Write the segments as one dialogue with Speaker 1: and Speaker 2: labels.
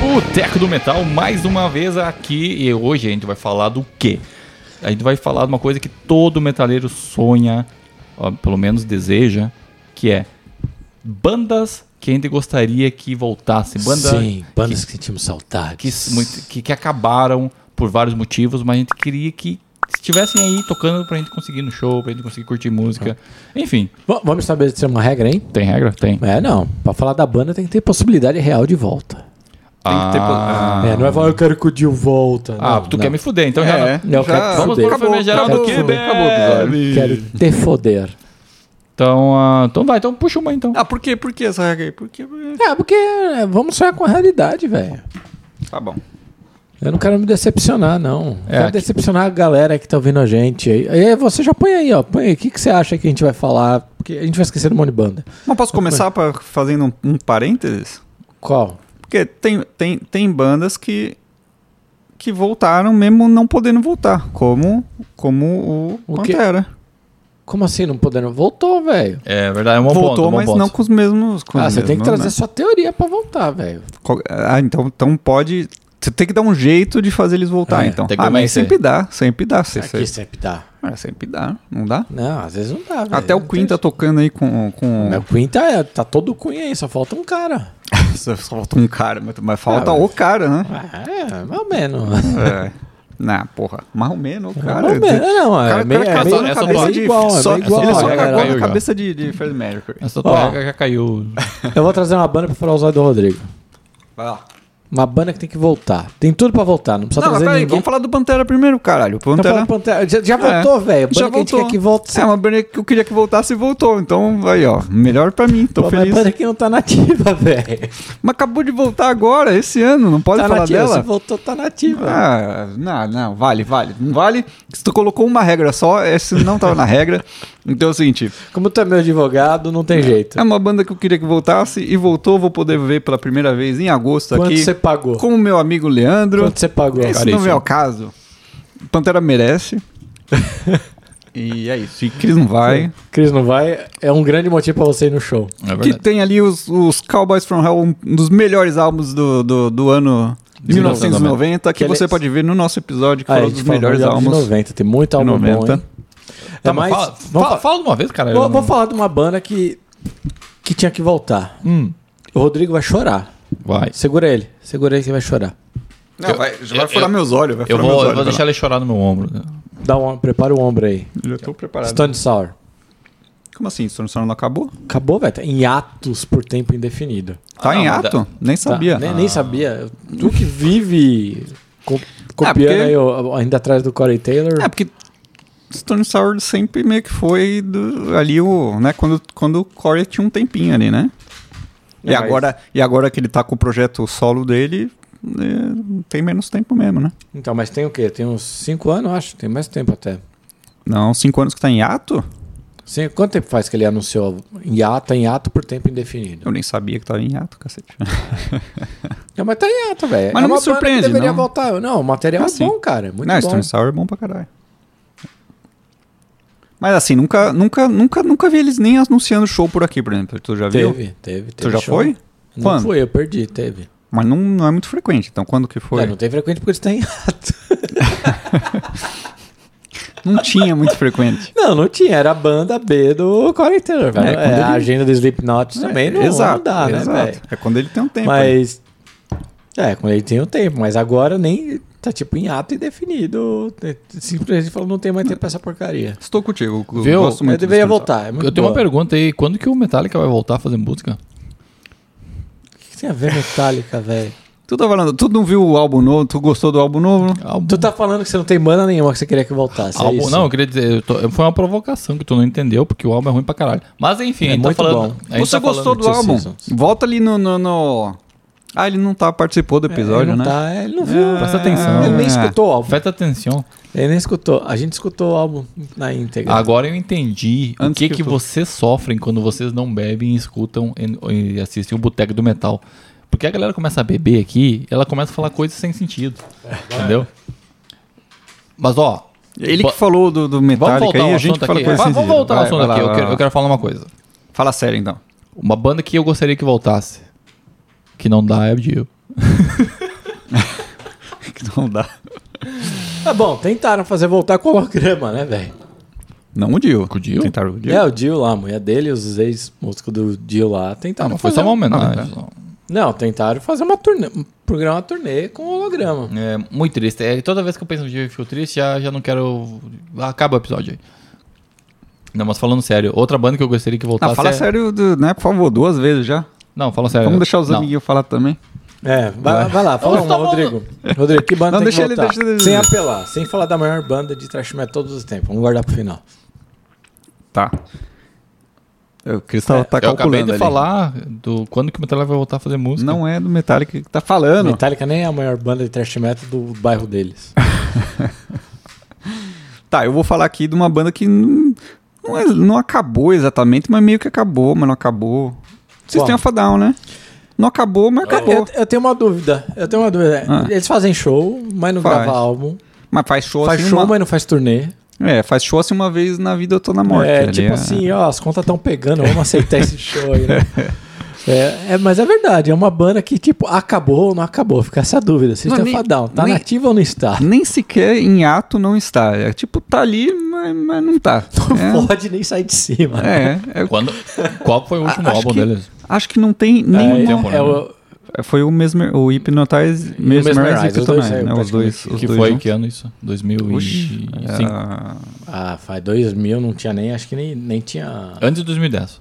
Speaker 1: Boteco do Metal, mais uma vez aqui. E hoje a gente vai falar do quê? A gente vai falar de uma coisa que todo metaleiro sonha, ó, pelo menos deseja, que é bandas que a gente gostaria que voltassem. Banda
Speaker 2: Sim, bandas que, sentimos
Speaker 1: que,
Speaker 2: saudades.
Speaker 1: muito- que, que acabaram por vários motivos, mas a gente queria que estivessem aí tocando pra gente conseguir ir no show, pra gente conseguir curtir música. Enfim,
Speaker 2: V- Vamos estabelecer uma regra, hein?
Speaker 1: tem regra? Tem.
Speaker 2: É, não. Pra falar da banda tem que ter possibilidade real de volta.
Speaker 3: que ter-
Speaker 1: Ah,
Speaker 2: É, não é falar, eu quero que o Dio volta.
Speaker 1: ah,
Speaker 2: não,
Speaker 1: tu
Speaker 2: não.
Speaker 1: quer me fuder, então já.
Speaker 3: É, Tá
Speaker 1: não.
Speaker 2: Não,
Speaker 3: já-
Speaker 2: cara,
Speaker 1: Vamos
Speaker 2: fuder.
Speaker 1: pro Família Geraldo
Speaker 3: acabou,
Speaker 1: que
Speaker 3: acabou o episódio.
Speaker 1: bebe.
Speaker 2: Quero te foder.
Speaker 1: Então, ah, então vai, então puxa uma então.
Speaker 3: Ah, por quê? Por que essa regra aí? Por quê?
Speaker 2: É, porque é, vamos sonhar com a realidade, velho.
Speaker 3: Tá bom.
Speaker 2: Eu não quero me decepcionar, não.
Speaker 1: É,
Speaker 2: quero
Speaker 1: aqui-
Speaker 2: decepcionar a galera que tá ouvindo a gente. aí. Aí você já põe aí, ó. Põe aí. O que, que você acha que a gente vai falar? Porque a gente vai esquecer do monte de banda.
Speaker 3: Mas posso começar pra, fazendo um, um parênteses?
Speaker 2: Qual?
Speaker 3: Porque tem, tem, tem bandas que, que voltaram mesmo não podendo voltar, como, como o,
Speaker 2: O quê?
Speaker 3: Pantera.
Speaker 2: Como assim, não podendo? Voltou, velho.
Speaker 1: É verdade, é um bom
Speaker 3: Voltou,
Speaker 1: ponto.
Speaker 3: mas não com os mesmos... Com
Speaker 2: Ah,
Speaker 3: os
Speaker 2: você tem que
Speaker 3: mesmos,
Speaker 2: trazer
Speaker 3: né?
Speaker 2: sua teoria pra voltar, velho.
Speaker 3: Qual- Ah, então, então pode... Você tem que dar um jeito de fazer eles voltar,
Speaker 1: É,
Speaker 3: então.
Speaker 1: tem que
Speaker 3: Ah, mas
Speaker 1: convencer.
Speaker 3: sempre dá, sempre dá. Você,
Speaker 2: Aqui
Speaker 3: você,
Speaker 2: sempre dá.
Speaker 3: é, sempre dá, não dá?
Speaker 2: Não, às vezes não dá, velho.
Speaker 3: Até o
Speaker 2: Não
Speaker 3: Queen
Speaker 2: tem
Speaker 3: tá tocando aí com... com...
Speaker 2: Mas É, o Queen tá, é, tá todo Queen aí, só falta um cara.
Speaker 3: Só falta um cara, mas- mas falta
Speaker 2: Ah,
Speaker 3: o cara, né?
Speaker 2: Ah, É, mais ou menos.
Speaker 3: É. Na porra, mais ou menos, cara.
Speaker 2: mais ou menos, não,
Speaker 3: cara,
Speaker 2: é meio,
Speaker 3: cara
Speaker 2: é meio,
Speaker 3: casou na
Speaker 2: é
Speaker 3: cabeça
Speaker 2: meio
Speaker 3: de-
Speaker 2: igual, é
Speaker 3: só-
Speaker 2: meio igual.
Speaker 3: Ele só
Speaker 1: é,
Speaker 3: cagou
Speaker 1: caiu
Speaker 3: na
Speaker 1: já.
Speaker 3: cabeça de, de Freddie Mercury.
Speaker 1: Essa
Speaker 2: Ó.
Speaker 1: tua já caiu.
Speaker 3: né?
Speaker 2: Eu vou trazer uma banda pra falar o Zóio do Rodrigo.
Speaker 3: Vai lá.
Speaker 2: Uma banda que tem que voltar. Tem tudo pra voltar, não precisa
Speaker 3: Não, mas
Speaker 2: trazer
Speaker 3: peraí,
Speaker 2: ninguém.
Speaker 3: vamos falar do Pantera primeiro, caralho. O
Speaker 2: Então
Speaker 3: Pantera. né? É.
Speaker 2: fala Pantera. Já, já voltou, velho. Banda
Speaker 3: Já
Speaker 2: que a gente
Speaker 3: voltou.
Speaker 2: quer que volte.
Speaker 3: É uma banda que eu queria que voltasse e voltou. Então, aí, ó. Melhor pra mim, tô
Speaker 2: Pô, mas
Speaker 3: feliz.
Speaker 2: banda que não tá nativa, velho.
Speaker 3: Mas acabou de voltar agora, esse ano, não pode
Speaker 2: Tá
Speaker 3: falar
Speaker 2: nativa, se
Speaker 3: dela?
Speaker 2: voltou, tá nativa.
Speaker 3: Ah, não, não, vale, vale. Não vale. Se tu colocou uma regra só, esse não tava na regra. Então é o seguinte.
Speaker 2: Como tu é meu advogado, não tem jeito.
Speaker 3: É uma banda que eu queria que voltasse e voltou. Vou poder ver pela primeira vez em agosto
Speaker 2: Quanto
Speaker 3: aqui
Speaker 2: você pagou?
Speaker 3: com o meu amigo Leandro.
Speaker 2: Quanto você pagou?
Speaker 3: Esse não é o caso. Pantera merece. e é isso. E Cris não vai.
Speaker 2: Cris não vai, é um grande motivo pra você ir no show.
Speaker 1: É verdade.
Speaker 3: Que tem ali os, os Cowboys from Hell, um dos melhores álbuns do, do, do ano de 1990, que
Speaker 2: Que
Speaker 3: você
Speaker 2: ele-
Speaker 3: pode ver no nosso episódio, que
Speaker 2: Ah,
Speaker 3: foi
Speaker 2: a
Speaker 3: um
Speaker 2: gente
Speaker 3: dos
Speaker 2: falou
Speaker 3: melhores
Speaker 2: de álbum
Speaker 3: álbuns.
Speaker 2: de 90, tem muito álbum bom,
Speaker 3: 90.
Speaker 2: hein?
Speaker 1: Tá,
Speaker 2: é
Speaker 1: mas
Speaker 2: mais,
Speaker 1: fala,
Speaker 2: vamos
Speaker 1: fala,
Speaker 2: fa-
Speaker 1: fala de uma vez, cara. eu
Speaker 2: vou,
Speaker 1: não-
Speaker 2: vou falar de uma banda que, que tinha que voltar.
Speaker 1: Hum,
Speaker 2: O Rodrigo vai chorar.
Speaker 1: vai.
Speaker 2: Segura ele, segura ele que ele vai chorar.
Speaker 3: Não, vai, já vai
Speaker 1: eu-
Speaker 3: furar meus olhos. Vai
Speaker 1: Eu
Speaker 3: furar
Speaker 1: vou,
Speaker 3: meus
Speaker 1: eu vou
Speaker 3: olhos,
Speaker 1: deixar ele chorar no meu ombro.
Speaker 2: Dá um, prepara o ombro aí.
Speaker 3: vai lá. Já tô preparado.
Speaker 2: Stone Sour.
Speaker 3: Como assim? Stone Sour não acabou?
Speaker 2: Acabou, velho. Tá Em atos por tempo indefinido.
Speaker 3: Tá
Speaker 1: Ah,
Speaker 3: em
Speaker 1: mas dá-
Speaker 3: ato? Nem
Speaker 2: Tá,
Speaker 3: sabia.
Speaker 2: nem, nem sabia. Tu que vive co- copiando
Speaker 3: porque-
Speaker 2: aí, o- ainda atrás do Corey Taylor.
Speaker 3: É, porque Stone Sour sempre meio que foi do- ali o. né, quando, quando o Corey tinha um tempinho ali, né? E,
Speaker 2: É, mas-
Speaker 3: agora, e agora que ele tá com o projeto solo dele, é, tem menos tempo mesmo, né?
Speaker 2: Então, mas tem o quê? Tem uns 5 anos, eu acho. Tem mais tempo até.
Speaker 3: Não, cinco anos que tá em ato?
Speaker 2: Sim, quanto tempo faz que ele anunciou em ato, em ato por tempo indefinido?
Speaker 3: Eu nem sabia que tava em ato, cacete.
Speaker 2: Não, mas tá em ato, velho.
Speaker 3: Mas não
Speaker 2: é uma
Speaker 3: me
Speaker 2: banda
Speaker 3: surpreende,
Speaker 2: que deveria
Speaker 3: não.
Speaker 2: voltar. Não, o material
Speaker 3: Ah,
Speaker 2: é
Speaker 3: sim.
Speaker 2: bom, cara. é Muito
Speaker 3: não,
Speaker 2: bom.
Speaker 3: Stone Sour é bom pra caralho. Mas assim, nunca, nunca, nunca, nunca vi eles nem anunciando show por aqui, por exemplo. Tu já viu?
Speaker 2: Teve, teve, teve.
Speaker 3: Tu já
Speaker 2: show.
Speaker 3: foi?
Speaker 2: Não
Speaker 3: Quando?
Speaker 2: fui, eu perdi, teve.
Speaker 3: Mas não, não é muito frequente, então quando que foi?
Speaker 2: Não, não tem frequente porque eles estão em ato.
Speaker 3: não tinha muito frequente.
Speaker 2: Não, não tinha. Era a banda B do Corey Taylor, velho.
Speaker 3: É,
Speaker 2: É,
Speaker 3: quando ele-
Speaker 2: A agenda do Slipknot
Speaker 1: É,
Speaker 2: também não, não dá, né, velho?
Speaker 3: É quando ele tem um tempo. né?
Speaker 2: Mas... É, quando ele tem o tempo. Mas agora nem... Tá tipo em ato indefinido. Simplesmente falou, não tem mais tempo pra essa porcaria.
Speaker 3: Estou contigo. Eu
Speaker 1: Viu?
Speaker 3: gosto muito
Speaker 2: Eu
Speaker 3: do
Speaker 2: deveria
Speaker 3: Stone
Speaker 2: voltar. é muito
Speaker 1: Eu tenho uma
Speaker 2: boa.
Speaker 1: pergunta aí. Quando que o Metallica vai voltar a fazer música?
Speaker 2: O que tem a ver Metallica, velho?
Speaker 3: Sour. Tu tá falando, tu não viu o álbum novo, tu gostou do álbum novo?
Speaker 1: Álbum,
Speaker 2: Tu tá falando que você não tem mana nenhuma que você queria que voltasse. é
Speaker 1: álbum-
Speaker 2: isso?
Speaker 1: não, eu queria dizer, eu tô- foi uma provocação que tu não entendeu, porque o álbum é ruim pra caralho. Mas enfim,
Speaker 2: É
Speaker 1: a gente tá
Speaker 2: muito
Speaker 1: falando.
Speaker 2: bom.
Speaker 1: a gente
Speaker 3: Você
Speaker 1: tá
Speaker 3: gostou
Speaker 1: falando-
Speaker 3: do álbum?
Speaker 2: Seasons.
Speaker 3: Volta ali no, no, no- Ah, ele não tá, participou
Speaker 1: É,
Speaker 3: do
Speaker 2: ele
Speaker 3: episódio,
Speaker 2: não
Speaker 3: né?
Speaker 2: Tá, ele não viu.
Speaker 1: Presta atenção.
Speaker 2: Ele nem
Speaker 3: É.
Speaker 2: escutou o álbum.
Speaker 1: Presta atenção.
Speaker 2: Ele nem escutou. A gente escutou o álbum na íntegra.
Speaker 3: Ah.
Speaker 1: Agora eu entendi o
Speaker 3: Antes
Speaker 1: que,
Speaker 3: que
Speaker 1: que,
Speaker 3: tu-
Speaker 1: vocês sofrem quando vocês não bebem, escutam e, e assistem o Boteco do Metal. Porque a galera começa a beber aqui, ela começa a falar coisas sem sentido. Entendeu? Mas ó.
Speaker 3: Ele
Speaker 1: bo-
Speaker 3: que falou do, do
Speaker 1: vamos
Speaker 3: Metallica
Speaker 1: voltar ao
Speaker 3: aí, a gente
Speaker 1: assunto
Speaker 3: fala
Speaker 1: aqui.
Speaker 3: coisa
Speaker 1: Va-
Speaker 3: assim,
Speaker 1: vamos voltar ao
Speaker 3: vai,
Speaker 1: assunto
Speaker 3: vai lá,
Speaker 1: aqui. eu,
Speaker 3: vai
Speaker 1: quero,
Speaker 3: lá.
Speaker 1: eu quero falar uma coisa.
Speaker 3: Fala sério, então.
Speaker 1: Uma banda que eu gostaria que voltasse. Que não dá é o Dio.
Speaker 3: Não dá.
Speaker 2: Tá bom, tentaram fazer voltar com o holograma, né, velho?
Speaker 3: Não o Dio.
Speaker 1: Com o Dio?
Speaker 3: Tentaram o tá Dio.
Speaker 2: É, o Dio lá, a mulher dele, os ex-músicos do Dio lá,
Speaker 1: Ah,
Speaker 2: tentaram
Speaker 1: mas foi só
Speaker 2: fazer-
Speaker 3: um-
Speaker 2: um-
Speaker 1: uma homenagem. só.
Speaker 2: Não, tentaram fazer uma turnê, um programa turnê com holograma.
Speaker 1: É muito triste. É, toda vez que eu penso no dia e fico triste, já, já não quero. Acaba o episódio aí. Não, mas falando sério, outra banda que eu gostaria que voltasse.
Speaker 3: Ah, fala
Speaker 1: é-
Speaker 3: sério, do, né? Por favor, duas vezes já.
Speaker 1: Não, fala sério.
Speaker 3: Vamos deixar os
Speaker 1: É, Não.
Speaker 3: amiguinhos falar também.
Speaker 2: É, vai,
Speaker 3: Vai. tá
Speaker 2: vai lá, fala
Speaker 1: Eu
Speaker 2: uma,
Speaker 1: tava-
Speaker 2: Rodrigo. Rodrigo, que banda
Speaker 3: Não,
Speaker 2: tem que
Speaker 3: deixa ele,
Speaker 2: voltar?
Speaker 3: deixa ele.
Speaker 2: Sem apelar, sem falar da maior banda de thrash metal todos os tempos. Vamos guardar pro final.
Speaker 3: Tá. O Cris tá, tá
Speaker 1: é, eu acabei
Speaker 3: calculando
Speaker 1: de
Speaker 3: ali.
Speaker 1: falar do quando que o Metallica vai voltar a fazer música.
Speaker 3: Não é do Metallica que tá falando.
Speaker 2: Metallica nem é a maior banda de thrash metal do bairro deles.
Speaker 3: Tá, eu vou falar aqui de uma banda que não, não, é- não acabou exatamente, mas meio que acabou, mas não acabou. Vocês
Speaker 2: Qual?
Speaker 3: têm a Fadown, né? Não acabou, mas acabou.
Speaker 2: Eu, eu tenho uma dúvida, eu tenho uma dúvida.
Speaker 3: Ah.
Speaker 2: Eles fazem show, mas não
Speaker 3: Faz.
Speaker 2: gravam álbum.
Speaker 3: Mas faz show
Speaker 2: faz
Speaker 3: assim
Speaker 2: show,
Speaker 3: uma...
Speaker 2: mas não faz turnê.
Speaker 3: É, faz show assim uma vez na vida eu tô na morte.
Speaker 2: é,
Speaker 3: ali,
Speaker 2: tipo assim, ó, as contas estão pegando, vamos aceitar esse show aí, né? É, é, mas é verdade, é uma banda que, tipo, acabou ou não acabou, fica essa dúvida. Vocês
Speaker 3: Não,
Speaker 2: estão
Speaker 3: nem-
Speaker 2: fadão, tá
Speaker 3: nem-
Speaker 2: nativa ou não está?
Speaker 3: Nem sequer em ato não está. É tipo, tá ali, mas, mas não tá.
Speaker 2: Não pode nem sair de cima.
Speaker 3: É, é, é,
Speaker 1: Quando, qual foi o último
Speaker 3: acho
Speaker 1: álbum
Speaker 3: que-
Speaker 1: deles?
Speaker 3: acho que não tem
Speaker 2: É,
Speaker 3: nenhum.
Speaker 1: tempo, né?
Speaker 2: é o-
Speaker 3: Foi o, mesmer, o Hypnotize, Mesmerize e
Speaker 2: Mesmerize, os dois
Speaker 3: Kryptonite,
Speaker 2: saiu
Speaker 3: né? Os dois. Os
Speaker 1: que
Speaker 3: dois
Speaker 1: foi
Speaker 3: juntos.
Speaker 2: é
Speaker 1: que ano isso? 2005.
Speaker 3: Oxi, ah,
Speaker 2: Ah, faz 2000, não tinha nem, acho que nem, nem tinha...
Speaker 1: Antes de 2010.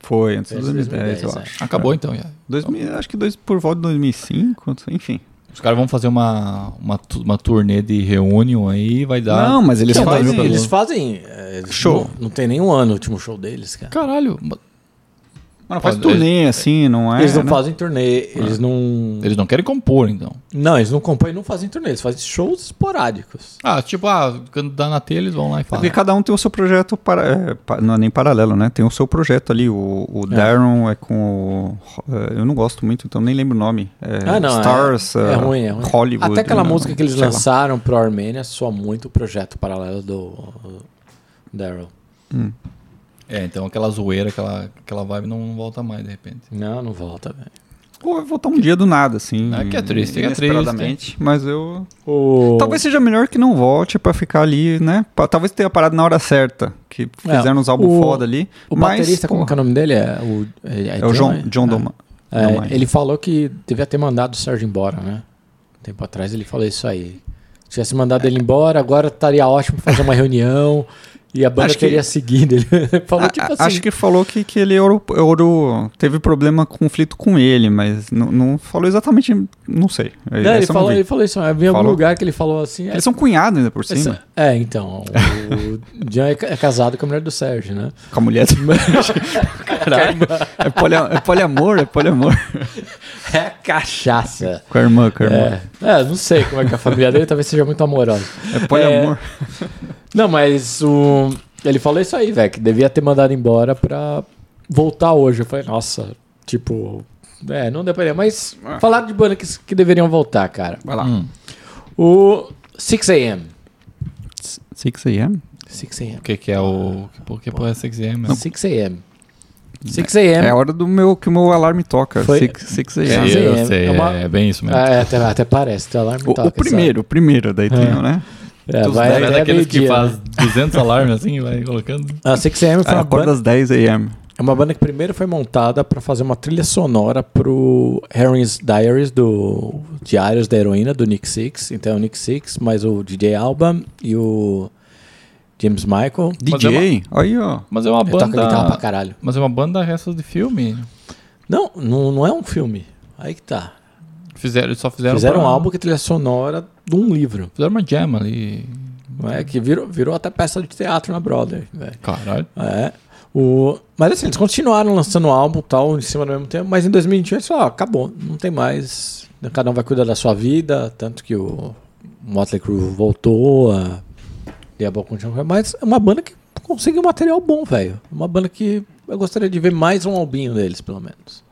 Speaker 3: Foi, antes de
Speaker 2: Antes de
Speaker 3: 2010,
Speaker 2: 2010,
Speaker 3: eu
Speaker 2: é.
Speaker 3: acho.
Speaker 1: Acabou então já.
Speaker 3: 2000, acho que dois, por volta de 2005, enfim.
Speaker 1: Os caras vão fazer uma, uma, tu- uma turnê de reunion aí, vai dar.
Speaker 3: Não, mas assim, eles
Speaker 2: Não, mas
Speaker 3: fazem.
Speaker 2: eles fazem... é, eles
Speaker 3: Show.
Speaker 2: Não, não tem nenhum ano o último show deles, cara.
Speaker 1: Caralho, ma-
Speaker 3: Mano, faz
Speaker 1: Mas
Speaker 3: turnê, assim, não é?
Speaker 2: eles não
Speaker 3: né?
Speaker 2: fazem turnê, eles não...
Speaker 1: eles não querem compor então.
Speaker 2: Não, eles não compõem, não fazem turnê, eles fazem shows esporádicos.
Speaker 1: Ah, tipo, ah, quando dá na telha, eles vão lá e
Speaker 3: Porque
Speaker 1: fazem.
Speaker 3: cada um tem o seu projeto, para, é, pa- não é nem paralelo, né? Tem o seu projeto ali. O, o Darren é com o. é, Eu não gosto muito, então nem lembro o nome. É,
Speaker 2: Ah, não, é-
Speaker 3: Stars,
Speaker 2: é
Speaker 3: é
Speaker 2: ruim, é ruim.
Speaker 3: Hollywood.
Speaker 2: Até aquela
Speaker 3: não,
Speaker 2: música que eles
Speaker 3: sei lá.
Speaker 2: lançaram pro Armênia soa muito o projeto paralelo do Daryl.
Speaker 1: É, então aquela zoeira, aquela, aquela vibe não, não volta mais de repente.
Speaker 2: Não, não volta, velho.
Speaker 3: Ou eu vou estar um dia do nada, assim.
Speaker 1: Ah, que é triste, que é triste.
Speaker 3: inesperadamente, Mas eu.
Speaker 2: O...
Speaker 3: Talvez seja melhor que não volte pra ficar ali, né? Pa- Talvez tenha parado na hora certa. Que
Speaker 2: É,
Speaker 3: fizeram uns álbuns
Speaker 2: o-
Speaker 3: foda ali.
Speaker 2: o
Speaker 3: mas,
Speaker 2: baterista, como
Speaker 3: pô,
Speaker 2: que é o nome dele? É o, é,
Speaker 3: É o John,
Speaker 2: John,
Speaker 3: John Doma.
Speaker 2: É,
Speaker 3: Doma-
Speaker 2: ele falou que devia ter mandado o Sérgio embora, né? Tempo atrás ele falou isso aí. Se tivesse mandado ele embora, agora estaria ótimo fazer uma reunião e a banda
Speaker 3: Acho que-
Speaker 2: teria seguido. Ele falou
Speaker 3: A-
Speaker 2: tipo
Speaker 3: a-
Speaker 2: assim.
Speaker 3: Acho que falou que, que ele ouro, ouro- teve problema, conflito com ele, mas n- não falou exatamente, não sei. É,
Speaker 2: Não, ele,
Speaker 3: essa eu não
Speaker 2: falou,
Speaker 3: vi.
Speaker 2: ele falou isso. Eu vi em algum
Speaker 3: Falou?
Speaker 2: lugar que ele falou assim. é,
Speaker 3: Eles são cunhados ainda por cima,
Speaker 2: Essa- é, então. O Jean é, ca- é casado com a mulher do Sérgio, né?
Speaker 3: com a mulher. Caramba. É, polia- é poliamor, é poliamor.
Speaker 2: É cachaça.
Speaker 3: Com a irmã, com a irmã.
Speaker 2: É, é, não sei como é que a família dele talvez seja muito amorosa.
Speaker 3: É, poliamor.
Speaker 2: Não, mas o. Ele falou isso aí, velho, que devia ter mandado embora pra voltar hoje. Eu falei, nossa, tipo. É, não dependia. Mas falaram de banda que, que deveriam voltar, cara.
Speaker 3: Vai lá.
Speaker 1: Hum,
Speaker 2: O 6 AM.
Speaker 3: 6
Speaker 2: é.
Speaker 3: a.m.?
Speaker 2: 6 AM.
Speaker 1: o que que é o... que Por que porra é 6M?
Speaker 2: 6 AM. 6
Speaker 3: É a
Speaker 2: AM.
Speaker 3: hora do meu, que o meu alarme toca.
Speaker 2: Foi-
Speaker 3: 6
Speaker 1: É,
Speaker 3: a.m.
Speaker 2: Sim,
Speaker 1: eu
Speaker 2: é
Speaker 1: sei,
Speaker 2: uma-
Speaker 1: é bem isso mesmo.
Speaker 2: Ah, é, até, até parece, teu alarme
Speaker 3: O, o
Speaker 2: toca, sabe?
Speaker 3: primeiro, o primeiro, daí tem, né?
Speaker 2: É,
Speaker 3: dos
Speaker 2: vai
Speaker 1: É,
Speaker 2: até
Speaker 1: daqueles que
Speaker 2: meio-dia, né? Ah,
Speaker 1: faz 200 alarmes assim, vai colocando.
Speaker 2: A 6AM é foi
Speaker 3: Aí
Speaker 2: uma
Speaker 3: acorda
Speaker 2: banda,
Speaker 3: às 10 a.m.
Speaker 2: é uma banda que primeiro foi montada para fazer uma trilha sonora pro Harry's Diaries, do Diários da Heroína, do Nick Six. Então é o Nick Six, mais o DJ Alba e o James Michael.
Speaker 1: Mas é uma-
Speaker 3: DJ? Aí, ó.
Speaker 1: Mas é uma
Speaker 2: Ele toca guitarra pra
Speaker 1: banda...
Speaker 2: caralho.
Speaker 1: Mas é uma banda restos de filme.
Speaker 2: Não, não, não é um filme. Aí que tá.
Speaker 1: Fizeram, eles só fizeram...
Speaker 2: Fizeram um
Speaker 1: pra-
Speaker 2: álbum que é trilha sonora de um livro.
Speaker 1: Fizeram uma jam ali.
Speaker 2: Não é? Que virou, virou até peça de teatro na né? Brother, velho.
Speaker 1: Caralho.
Speaker 2: É. O... Mas assim, eles continuaram lançando álbum e tal, em cima do mesmo tempo, mas em 2021 eles falaram, ó, acabou, não tem mais. Cada um vai cuidar da sua vida, tanto que o Motley Crue voltou, a Diablo continua, mas é uma banda que conseguiu um material bom, velho. Uma banda que eu gostaria de ver mais um albinho deles, pelo menos.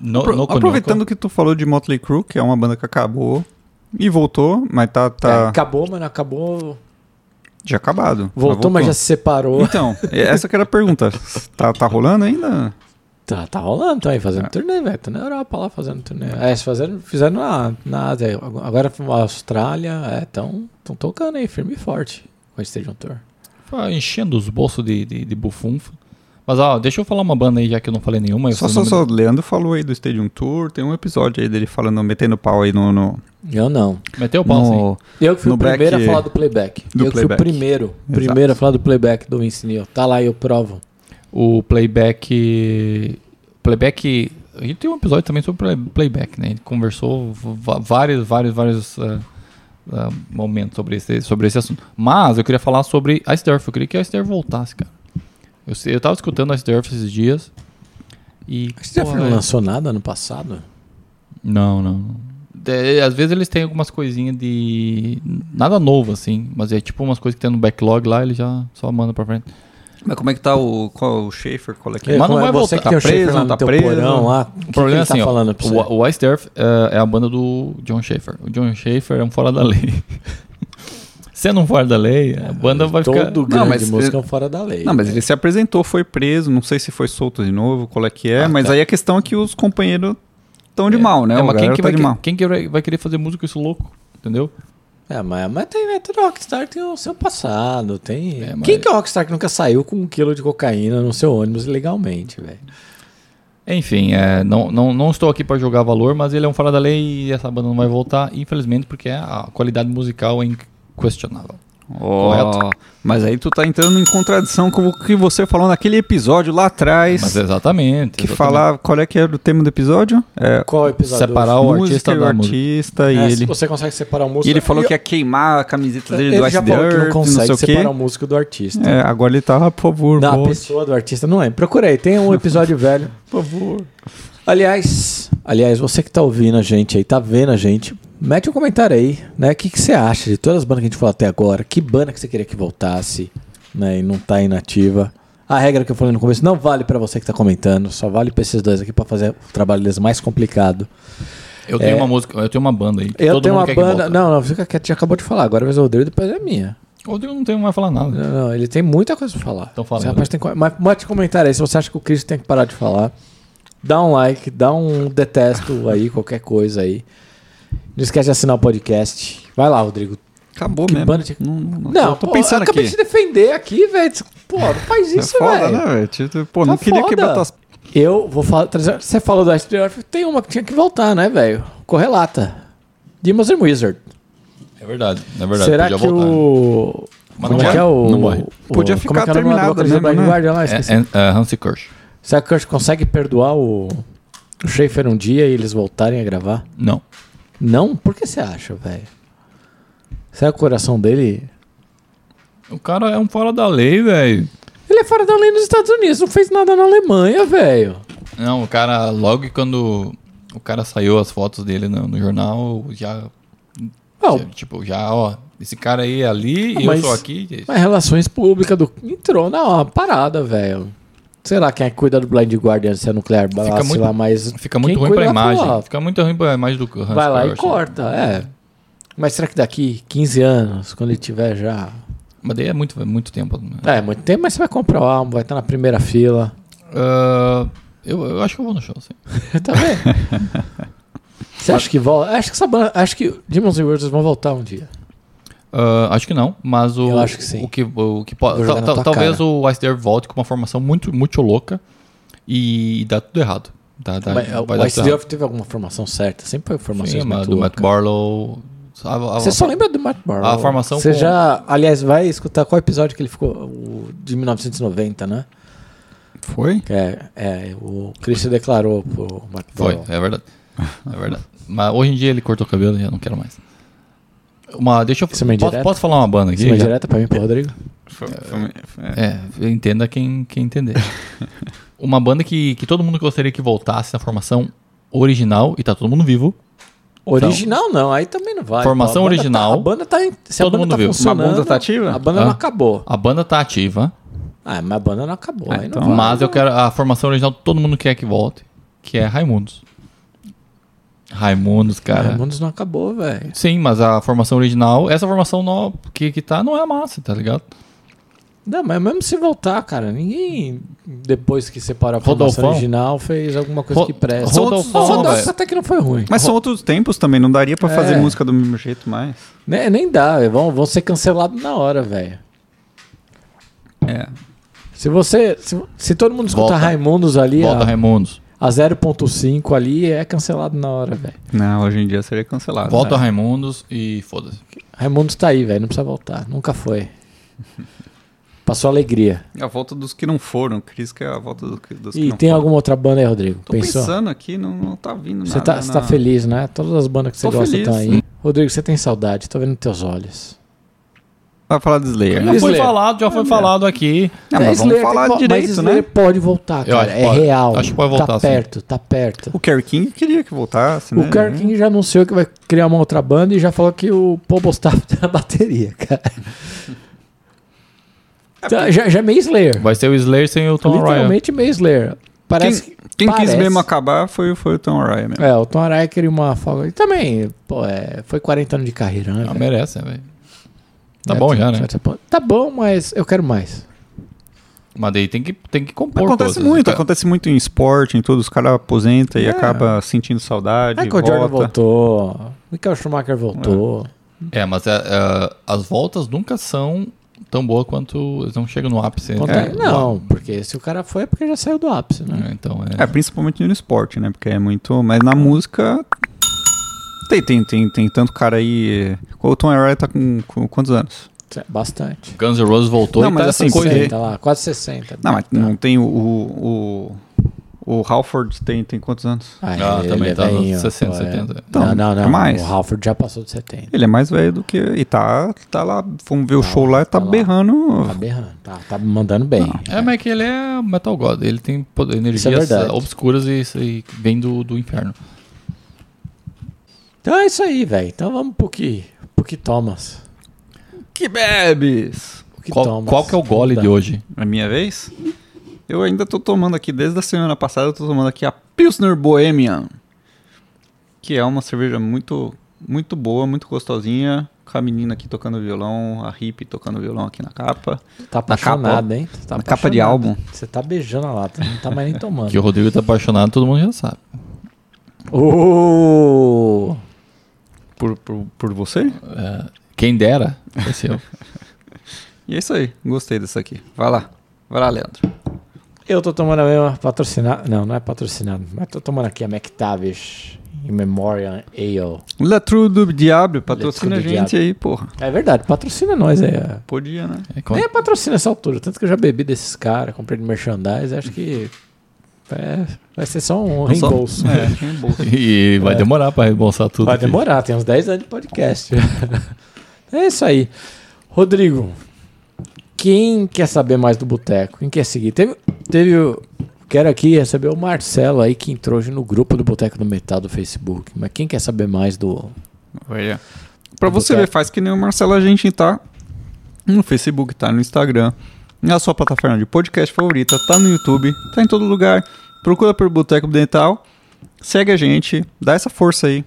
Speaker 1: No,
Speaker 3: Apro-
Speaker 1: no Conoco-
Speaker 3: aproveitando que tu falou de Motley Crue, que é uma banda que acabou e voltou, mas tá,
Speaker 2: É,
Speaker 3: tá
Speaker 2: acabou, mas não acabou.
Speaker 3: já acabado. Tá
Speaker 2: Voltou, mas já se separou.
Speaker 3: Então, é- essa que era a pergunta. tá, tá rolando ainda?
Speaker 2: Tá, tá rolando, tá aí fazendo turnê, velho. Tá na Europa lá fazendo turnê. É, se fazendo, fizeram na, na Ásia. Agora foi pra Austrália, é, tão, tão tocando aí, firme e forte com a Stadium Tour.
Speaker 1: Foi Enchendo os bolsos de, de, de bufunfa. Mas ó, deixa eu falar uma banda aí, já que eu não falei nenhuma. eu
Speaker 3: Só,
Speaker 1: sei o
Speaker 3: só,
Speaker 1: nome
Speaker 3: só, Leandro falou aí do Stadium Tour, tem um episódio aí dele falando, metendo pau aí no. no,
Speaker 2: Eu não.
Speaker 1: da- Meteu o pau, sim.
Speaker 3: no
Speaker 2: Eu que fui
Speaker 3: No
Speaker 2: o primeiro
Speaker 3: back-
Speaker 2: a falar do playback.
Speaker 3: do
Speaker 2: eu
Speaker 3: playback.
Speaker 2: fui o primeiro, primeiro a falar do playback do Vince Neil. Tá lá, eu provo.
Speaker 1: O playback. Playback. A gente tem um episódio também sobre play- playback, né? A gente conversou va- vários, vários, vários ah, ah, momentos sobre esse, sobre esse assunto. Mas eu queria falar sobre Ice Earth. Eu queria que a Ice Earth voltasse, cara. Eu, sei- eu tava escutando Ice Earth esses dias. E.
Speaker 2: Acho que
Speaker 1: pô,
Speaker 2: você não
Speaker 1: é-
Speaker 2: lançou nada ano passado.
Speaker 1: Não, não. não. De- às vezes eles têm algumas coisinhas de. Nada novo, assim. Mas é tipo umas coisas que tem no backlog lá, ele já só manda pra frente.
Speaker 3: Mas como é que tá o. Qual o Schaefer? Qual é que
Speaker 1: É,
Speaker 3: é?
Speaker 1: Mas não
Speaker 2: como
Speaker 1: vai voltar.
Speaker 2: você que tem o
Speaker 3: Tá
Speaker 2: Schaefer
Speaker 3: preso,
Speaker 2: lá no
Speaker 3: tá
Speaker 2: teu
Speaker 3: preso.
Speaker 2: porão lá. O
Speaker 1: O problema é
Speaker 2: tá
Speaker 1: assim, ó,
Speaker 2: falando pra você?
Speaker 1: o, o Iced Earth eh, é a banda do John Schaefer. O John Schaefer é um fora da lei. Sendo um fora da lei, a banda vai
Speaker 2: Todo
Speaker 1: ficar...
Speaker 2: grande
Speaker 3: Não, mas-
Speaker 2: músico é um fora da lei.
Speaker 3: Não, mas
Speaker 2: né?
Speaker 3: ele se apresentou, foi preso, não sei se foi solto de novo, qual é que é, mas aí a questão é que os companheiros estão de mal, né?
Speaker 1: Ah, tá. É,
Speaker 3: o
Speaker 1: mas quem
Speaker 3: galera
Speaker 1: que,
Speaker 3: tá
Speaker 1: vai,
Speaker 3: de
Speaker 1: que-
Speaker 3: mal.
Speaker 1: quem que vai- vai querer fazer música com isso louco? Entendeu?
Speaker 2: É, mas, mas tem, é, todo rockstar tem o seu passado, tem...
Speaker 1: É, mas-
Speaker 2: Quem que é o rockstar que nunca saiu com um quilo de cocaína no seu ônibus ilegalmente, velho?
Speaker 1: Enfim, eh, não, não, não estou aqui para jogar valor, mas ele é um fora da lei e essa banda não vai voltar, infelizmente, porque a qualidade musical é inquestionável.
Speaker 3: Ó,
Speaker 1: Correto.
Speaker 3: mas aí tu tá entrando em contradição com o que você falou naquele episódio lá atrás,
Speaker 2: é
Speaker 1: Mas exatamente.
Speaker 3: que
Speaker 1: exatamente.
Speaker 3: falar qual é que era o tema do episódio? É,
Speaker 2: Qual episódio?
Speaker 1: Separar o artista
Speaker 3: música e o
Speaker 1: da música.
Speaker 3: artista e
Speaker 2: É,
Speaker 3: ele...
Speaker 2: Você consegue separar o músico...
Speaker 3: E ele falou
Speaker 2: Eu-
Speaker 3: que ia queimar a camiseta dele
Speaker 2: Ele
Speaker 3: do Ice
Speaker 2: já falou que não
Speaker 3: Dirt, não
Speaker 2: consegue
Speaker 3: sei o quê.
Speaker 2: separar um o músico do artista.
Speaker 3: É, agora ele tá, por favor,
Speaker 2: Da
Speaker 3: volte.
Speaker 2: pessoa do artista, não é? Procura aí, tem um episódio velho. Por favor. Aliás, aliás, você que tá ouvindo a gente aí, tá vendo a gente, mete um comentário aí, né? O que, que você acha de todas as bandas que a gente falou até agora? Que banda que você queria que voltasse, né? E não tá inativa. A regra que eu falei no começo não vale pra você que tá comentando, só vale pra esses dois aqui pra fazer o trabalho deles mais complicado.
Speaker 1: Eu tenho uma música, eu tenho uma banda aí. que
Speaker 2: Eu
Speaker 1: todo
Speaker 2: tenho
Speaker 1: mundo
Speaker 2: uma
Speaker 1: quer
Speaker 2: banda.
Speaker 1: Que
Speaker 2: não, não, fica quieto, já acabou de falar. Agora vai ser o Rodrigo depois é minha.
Speaker 1: não. Rodrigo não tem mais falar nada.
Speaker 2: Não, não, ele tem muita coisa pra falar.
Speaker 1: Então fala,
Speaker 2: Esse rapaz
Speaker 1: Rodrigo.
Speaker 2: tem co- Mas pode comentar aí, se você acha que o Cristo tem que parar de falar, dá um like, dá um detesto aí, qualquer coisa aí. Não esquece de assinar o podcast. Vai lá, Rodrigo.
Speaker 3: Acabou
Speaker 2: Que
Speaker 3: mesmo.
Speaker 2: banda de-
Speaker 3: Não, não, não.
Speaker 2: Não,
Speaker 3: eu tô
Speaker 2: pô,
Speaker 3: pensando
Speaker 2: eu acabei
Speaker 3: aqui.
Speaker 2: de defender aqui, velho. Pô, não faz
Speaker 3: É
Speaker 2: isso,
Speaker 3: foda,
Speaker 2: velho.
Speaker 3: né, velho? Tipo, Pô,
Speaker 2: Tá
Speaker 3: não queria
Speaker 2: foda.
Speaker 3: quebrar tuas...
Speaker 2: Eu vou falar. trazer- Você falou do Ice Dwarf, tem uma que tinha que voltar, né, velho? Correlata. Demons and Wizard.
Speaker 1: É verdade, é verdade.
Speaker 2: Será que
Speaker 1: podia voltar.
Speaker 2: o.
Speaker 1: Mas
Speaker 2: como
Speaker 1: não
Speaker 2: é que é
Speaker 1: morre,
Speaker 2: o.
Speaker 1: não morre.
Speaker 2: o-
Speaker 3: Podia
Speaker 2: como
Speaker 3: ficar
Speaker 2: é que é o nome lá do
Speaker 3: terminado
Speaker 2: vocalista do
Speaker 3: mesmo,
Speaker 2: Blind
Speaker 3: né?
Speaker 2: Guardian lá? Esqueci.
Speaker 1: É, é, é, Hansi Kirsch.
Speaker 2: Será que o Kurt consegue perdoar o, o Schaefer um dia e eles voltarem a gravar?
Speaker 1: Não.
Speaker 2: Não? Por que você acha, velho? Será que o coração dele.
Speaker 1: O cara é um fora da lei, velho.
Speaker 2: Ele é fora da lei nos Estados Unidos, não fez nada na Alemanha, velho.
Speaker 1: Não, o cara, logo que quando o cara saiu as fotos dele no, no jornal, já,
Speaker 2: Não,
Speaker 1: já, tipo, já, ó, esse cara aí é ali e
Speaker 2: Mas-
Speaker 1: eu sou aqui.
Speaker 2: mas relações públicas do. Entrou na parada, velho. Sei lá quem é que cuida do Blind Guardian se é nuclear blast
Speaker 1: muito-
Speaker 2: lá, mas.
Speaker 1: Fica muito
Speaker 2: quem
Speaker 1: ruim pra
Speaker 2: cuida lá,
Speaker 1: imagem.
Speaker 2: fala, ó,
Speaker 1: Fica muito ruim pra imagem do Hans
Speaker 2: Vai lá e
Speaker 1: Kirsch.
Speaker 2: corta, é. Mas será que daqui 15 anos, quando ele tiver já.
Speaker 1: Mas daí é muito, é muito tempo. né?
Speaker 2: É, muito tempo, mas você vai comprar o álbum, vai estar na primeira fila.
Speaker 1: Ah, eu, eu acho que eu vou no show, sim.
Speaker 2: Eu também. Tá Você acha que volta? Acho que essa banda, acho que Demons and Wizards vão voltar um dia.
Speaker 1: Ah, acho que não, mas o.
Speaker 2: Eu acho que sim.
Speaker 1: O que, o que pode.
Speaker 2: Vou jogar
Speaker 1: tal-
Speaker 2: na
Speaker 1: tal-
Speaker 2: tua
Speaker 1: talvez
Speaker 2: cara.
Speaker 1: o Ice Dare volte com uma formação muito, muito louca e dá tudo errado. Dá, dá,
Speaker 2: Mas,
Speaker 1: Tá, vai dar
Speaker 2: o
Speaker 1: tudo errado.
Speaker 2: ICDF teve alguma formação certa, sempre foi formação
Speaker 1: Sim, mas
Speaker 2: muito
Speaker 1: do Matt
Speaker 2: louca.
Speaker 1: Barlow. A, a-
Speaker 2: Você só lembra do Matt Barlow.
Speaker 1: A formação
Speaker 2: Você
Speaker 1: com-
Speaker 2: já, aliás, vai escutar qual episódio que ele ficou, o de 1990, né?
Speaker 3: Foi?
Speaker 2: Que é, é, o Christian declarou pro Matt
Speaker 1: Foi,
Speaker 2: Barlow.
Speaker 1: é verdade. É verdade. mas hoje em dia ele cortou o cabelo e eu não quero mais. Uma, deixa eu.
Speaker 2: Isso é uma
Speaker 1: Posso,
Speaker 2: indireta?
Speaker 1: posso falar uma banda aqui?
Speaker 2: Isso é
Speaker 1: Já-
Speaker 2: direta pra mim, pro Rodrigo?
Speaker 3: Foi, foi- foi- é.
Speaker 1: É, entenda quem, quem entender. Uma banda que, que todo mundo gostaria que voltasse na formação original e tá todo mundo vivo.
Speaker 2: Original não, aí também não vai.
Speaker 1: Então, Formação
Speaker 2: A banda tá-
Speaker 1: original.
Speaker 2: a banda tá. em- Se a
Speaker 1: Todo
Speaker 2: banda
Speaker 1: mundo
Speaker 2: tá
Speaker 1: viu. Uma
Speaker 2: funcionando.
Speaker 3: banda tá ativa?
Speaker 2: A banda
Speaker 1: Ah.
Speaker 2: não acabou.
Speaker 1: A banda tá ativa,
Speaker 2: Ah, mas a banda não acabou. aí
Speaker 3: então,
Speaker 2: não vai.
Speaker 1: mas eu quero a formação original que todo mundo quer que volte, que é Raimundos. Raimundos, cara.
Speaker 2: Raimundos É, não acabou, velho.
Speaker 1: Sim, mas a formação original, essa formação no, que, que tá não é a massa, tá ligado?
Speaker 2: Não, mas mesmo se voltar, cara, ninguém depois que separou a formação
Speaker 1: Rodolfão.
Speaker 2: original fez alguma coisa
Speaker 1: Ro-
Speaker 2: que presta.
Speaker 1: Rodolfão,
Speaker 2: Só
Speaker 1: velho.
Speaker 2: Rodolfo até que não foi ruim.
Speaker 3: Mas são outros tempos também, não daria pra fazer
Speaker 2: É.
Speaker 3: música do mesmo jeito mais.
Speaker 2: Né, nem dá, vão, vão ser cancelados na hora, velho.
Speaker 3: É.
Speaker 2: Se você. Se, se todo mundo escuta
Speaker 1: Volta.
Speaker 2: Raimundos ali,
Speaker 1: Volta
Speaker 2: a,
Speaker 1: Raimundos.
Speaker 2: a 0.5 ali, é cancelado na hora, velho.
Speaker 3: Não, hoje em dia seria cancelado.
Speaker 1: Volta
Speaker 3: né?
Speaker 1: Raimundos e foda-se.
Speaker 2: Raimundos tá aí, velho. Não precisa voltar. Nunca foi. Passou alegria.
Speaker 3: É A volta dos que não foram. Cris que é a volta do que- dos que
Speaker 2: E
Speaker 3: não
Speaker 2: tem
Speaker 3: foram.
Speaker 2: alguma outra banda aí, Rodrigo?
Speaker 3: tá- Tô
Speaker 2: Pensou?
Speaker 3: pensando aqui, não, não tá vindo
Speaker 2: Você
Speaker 3: nada.
Speaker 2: tá, você tá
Speaker 3: na-
Speaker 2: feliz, né? Todas as bandas que você
Speaker 3: Tô
Speaker 2: gosta
Speaker 3: feliz.
Speaker 2: estão aí. Rodrigo, você tem saudade, tô vendo nos teus olhos.
Speaker 3: Vai falar de Slayer.
Speaker 1: Já
Speaker 3: né?
Speaker 2: Slayer.
Speaker 1: foi falado, já foi falado aqui.
Speaker 3: Ah, mas vamos
Speaker 2: É, Slayer tem
Speaker 3: falar
Speaker 2: que vo- mas
Speaker 3: direito,
Speaker 2: Slayer
Speaker 3: né?
Speaker 2: pode voltar,
Speaker 1: Eu
Speaker 2: cara.
Speaker 1: acho que
Speaker 2: é
Speaker 1: pode.
Speaker 2: real.
Speaker 1: Acho que pode voltar,
Speaker 2: Tá
Speaker 1: sim.
Speaker 2: perto, tá perto.
Speaker 3: O Kerry King queria que voltasse, né?
Speaker 2: O Kerr King já anunciou que vai criar uma outra banda e já falou que o Paul Bostaph tá na bateria, cara. Então, já, já é meio Slayer.
Speaker 1: Vai ser o Slayer sem o Tom Ryan.
Speaker 2: Literalmente meio Slayer. Parece
Speaker 3: Quem,
Speaker 2: que-
Speaker 3: quem quis
Speaker 2: parece.
Speaker 3: mesmo acabar foi, foi o Tom Ryan mesmo.
Speaker 2: É, o Tom Araya queria uma folga. E também, pô, é, foi 40 anos de carreira, né?
Speaker 1: Não
Speaker 2: velho?
Speaker 1: merece, né, velho. Tá
Speaker 2: É,
Speaker 1: bom
Speaker 2: tem
Speaker 1: já,
Speaker 2: um
Speaker 1: né?
Speaker 2: certo ponto. Tá bom, mas eu quero mais.
Speaker 1: Mas daí tem que, tem que compor
Speaker 3: Mas acontece
Speaker 1: coisas,
Speaker 3: muito,
Speaker 1: né, cara?
Speaker 3: acontece muito em esporte, em tudo. Os caras aposentam e
Speaker 2: então. É.
Speaker 3: acaba sentindo saudade.
Speaker 2: Michael
Speaker 3: volta.
Speaker 2: Jordan voltou. Michael Schumacher voltou.
Speaker 1: É, mas é, é, as voltas nunca são tão boas quanto... Eles não chegam no ápice.
Speaker 2: Conta-
Speaker 1: né?
Speaker 2: Não, porque se o cara foi é porque já saiu do ápice, né?
Speaker 1: É, Então,
Speaker 3: É,
Speaker 1: é...
Speaker 3: principalmente no esporte, né? Porque é muito. Mas na música. Tem, tem, tem, tem tanto cara aí. O Tom Araya tá com, com quantos anos?
Speaker 2: Bastante.
Speaker 1: Guns N' Roses voltou
Speaker 3: Não,
Speaker 1: e
Speaker 3: mas
Speaker 1: tá
Speaker 3: assim,
Speaker 1: É. essa coisa.
Speaker 3: você-
Speaker 1: aí.
Speaker 2: 60 lá, quase 60.
Speaker 3: Não, mas
Speaker 2: Tá.
Speaker 3: não tem o. O, o, o Halford tem, tem quantos anos?
Speaker 2: Ah,
Speaker 1: Ah,
Speaker 2: ele
Speaker 1: também
Speaker 2: é
Speaker 1: tá nos
Speaker 2: velhinho,
Speaker 1: 60,
Speaker 2: pô, é.
Speaker 1: 70.
Speaker 2: Não, não, não.
Speaker 3: Então, mais.
Speaker 2: O Halford já passou de 70.
Speaker 3: Ele é mais velho do que. E tá, tá lá. Fomos ver o show lá e tá,
Speaker 2: tá lá.
Speaker 3: berrando.
Speaker 2: Tá berrando, tá, tá mandando bem.
Speaker 1: É, mas é que ele é Metal God. Ele tem poder- energias
Speaker 2: verdade.
Speaker 1: ah, obscuras e, e vem do, do inferno.
Speaker 2: Então é isso aí, velho. Então vamos pro que, pro que Thomas.
Speaker 3: Que bebes!
Speaker 2: O que
Speaker 1: Qual,
Speaker 2: Thomas.
Speaker 1: qual que é o gole
Speaker 2: Não
Speaker 1: de
Speaker 2: dá.
Speaker 1: hoje?
Speaker 3: A minha vez? Eu ainda tô tomando aqui, desde a semana passada, eu tô tomando aqui a Pilsner Bohemian. Que é uma cerveja muito, muito boa, muito gostosinha. Com a menina aqui tocando violão, a hippie tocando violão aqui na capa.
Speaker 2: Tá
Speaker 3: Na capa,
Speaker 2: apaixonado, hein? Tá
Speaker 3: na capa de
Speaker 2: apaixonado.
Speaker 3: álbum.
Speaker 2: Você tá beijando a lata, não tá mais nem tomando.
Speaker 1: Que o Rodrigo tá apaixonado, todo mundo já sabe.
Speaker 2: Ô!
Speaker 3: Por, por, por você?
Speaker 1: É, quem dera, fosse eu.
Speaker 3: E é isso aí, gostei dessa aqui. Vai lá, vai lá, Leandro.
Speaker 2: Eu tô tomando a mesma patrocinada. Não, não é patrocinado, mas tô tomando aqui a McTavish in Memoriam Ale.
Speaker 3: Letru do Diablo, patrocina a
Speaker 2: Letru do
Speaker 3: gente
Speaker 2: Diablo.
Speaker 3: aí, porra.
Speaker 2: É verdade, patrocina nós aí. ó.
Speaker 3: Podia, né?
Speaker 1: É, como-
Speaker 2: Nem é patrocina essa altura, tanto que eu já bebi desses caras, comprei de merchandise, acho que é, vai ser só um
Speaker 3: Não só-
Speaker 2: reembolso.
Speaker 3: É, reembolso.
Speaker 1: E vai
Speaker 2: É.
Speaker 1: demorar pra reembolsar tudo.
Speaker 2: Vai
Speaker 1: aqui.
Speaker 2: demorar, tem uns 10 anos de podcast. é isso aí. Rodrigo, quem quer saber mais do Boteco? Quem quer seguir? Teve, teve o- Quero aqui receber o Marcelo aí que entrou hoje no grupo do Boteco do Metal do Facebook. Mas quem quer saber mais do.
Speaker 3: Olha. Pra você
Speaker 2: Boteco.
Speaker 3: ver, faz que nem o Marcelo, a gente tá no Facebook, tá no Instagram, na sua plataforma de podcast favorita, tá no YouTube, tá em todo lugar. Procura por Boteco Dental, segue a gente, dá essa força aí.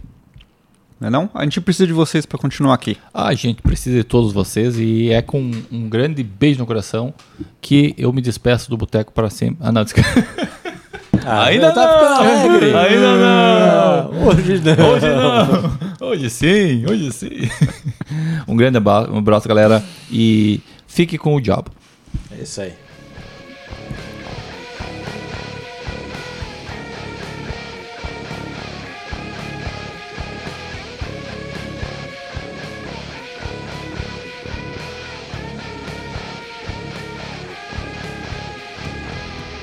Speaker 3: Não é não? A gente precisa de vocês pra continuar aqui.
Speaker 1: A Ah, gente precisa de todos vocês e é com um grande beijo no coração que eu me despeço do boteco para sempre. Ah, não, desculpa. Ah, Ainda
Speaker 2: tá
Speaker 1: não!
Speaker 2: ficando alegre.
Speaker 1: Ainda não!
Speaker 2: Hoje não!
Speaker 1: Hoje não! Hoje sim, hoje sim. Um grande aba- um abraço, galera, e fique com o diabo.
Speaker 2: É isso aí.